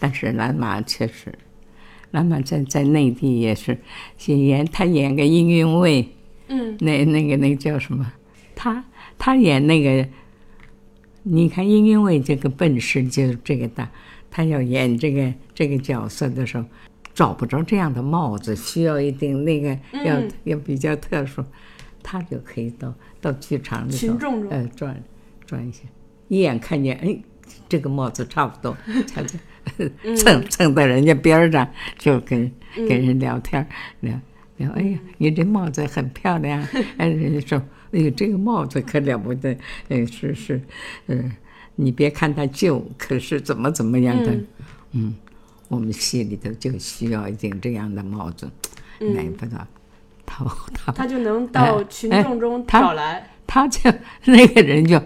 但是蓝马确实，蓝马在在内地也是演，他演个英运会，嗯，那那个那个叫什么？他他演那个，你看英运会这个本事就是这个大，他要演这个这个角色的时候，找不着这样的帽子，需要一顶那个要、嗯要比较特殊，他就可以到到剧场里头群众中呃转转一下，一眼看见哎。这个帽子差不多，他就蹭蹭到人家边儿上，就跟跟人聊天儿，聊聊。哎呀，你这帽子很漂亮啊。哎，人家说，哎呦，这个帽子可了不得，哎，是是，嗯，你别看它旧，可是怎么怎么样的，嗯我们戏里头就需要一顶这样的帽子，买不到，淘淘他就能到群众中哎他找来。他就那个人就，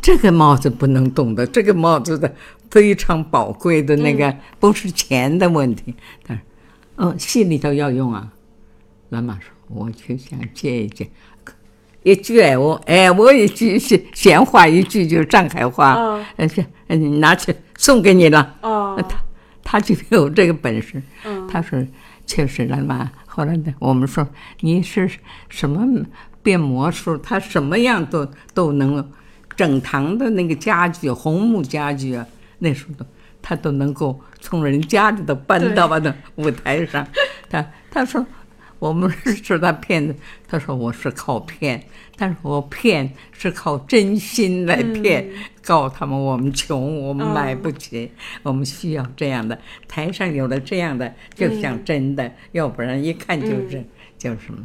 这个帽子不能动的，这个帽子的非常宝贵的那个、不是钱的问题，但是，哦，戏里头要用啊。老马说：“我就想借一借，一借我，哎，我一句闲闲话一句就是上海话，嗯嗯，这哎你拿去送给你了。”哦，他他就有这个本事。嗯他说确实了嘛。后来呢，我们说你是什么变魔术，他什么样都都能。整堂的那个家具，红木家具啊，那时候都他都能够从人家里头搬到我的舞台上。他他说我们是说他骗子，他说我是靠骗，但是我骗是靠真心来骗，告诉他们我们穷，我们买不起，我们需要这样的。台上有了这样的，就像真的，要不然一看就是、就是什么。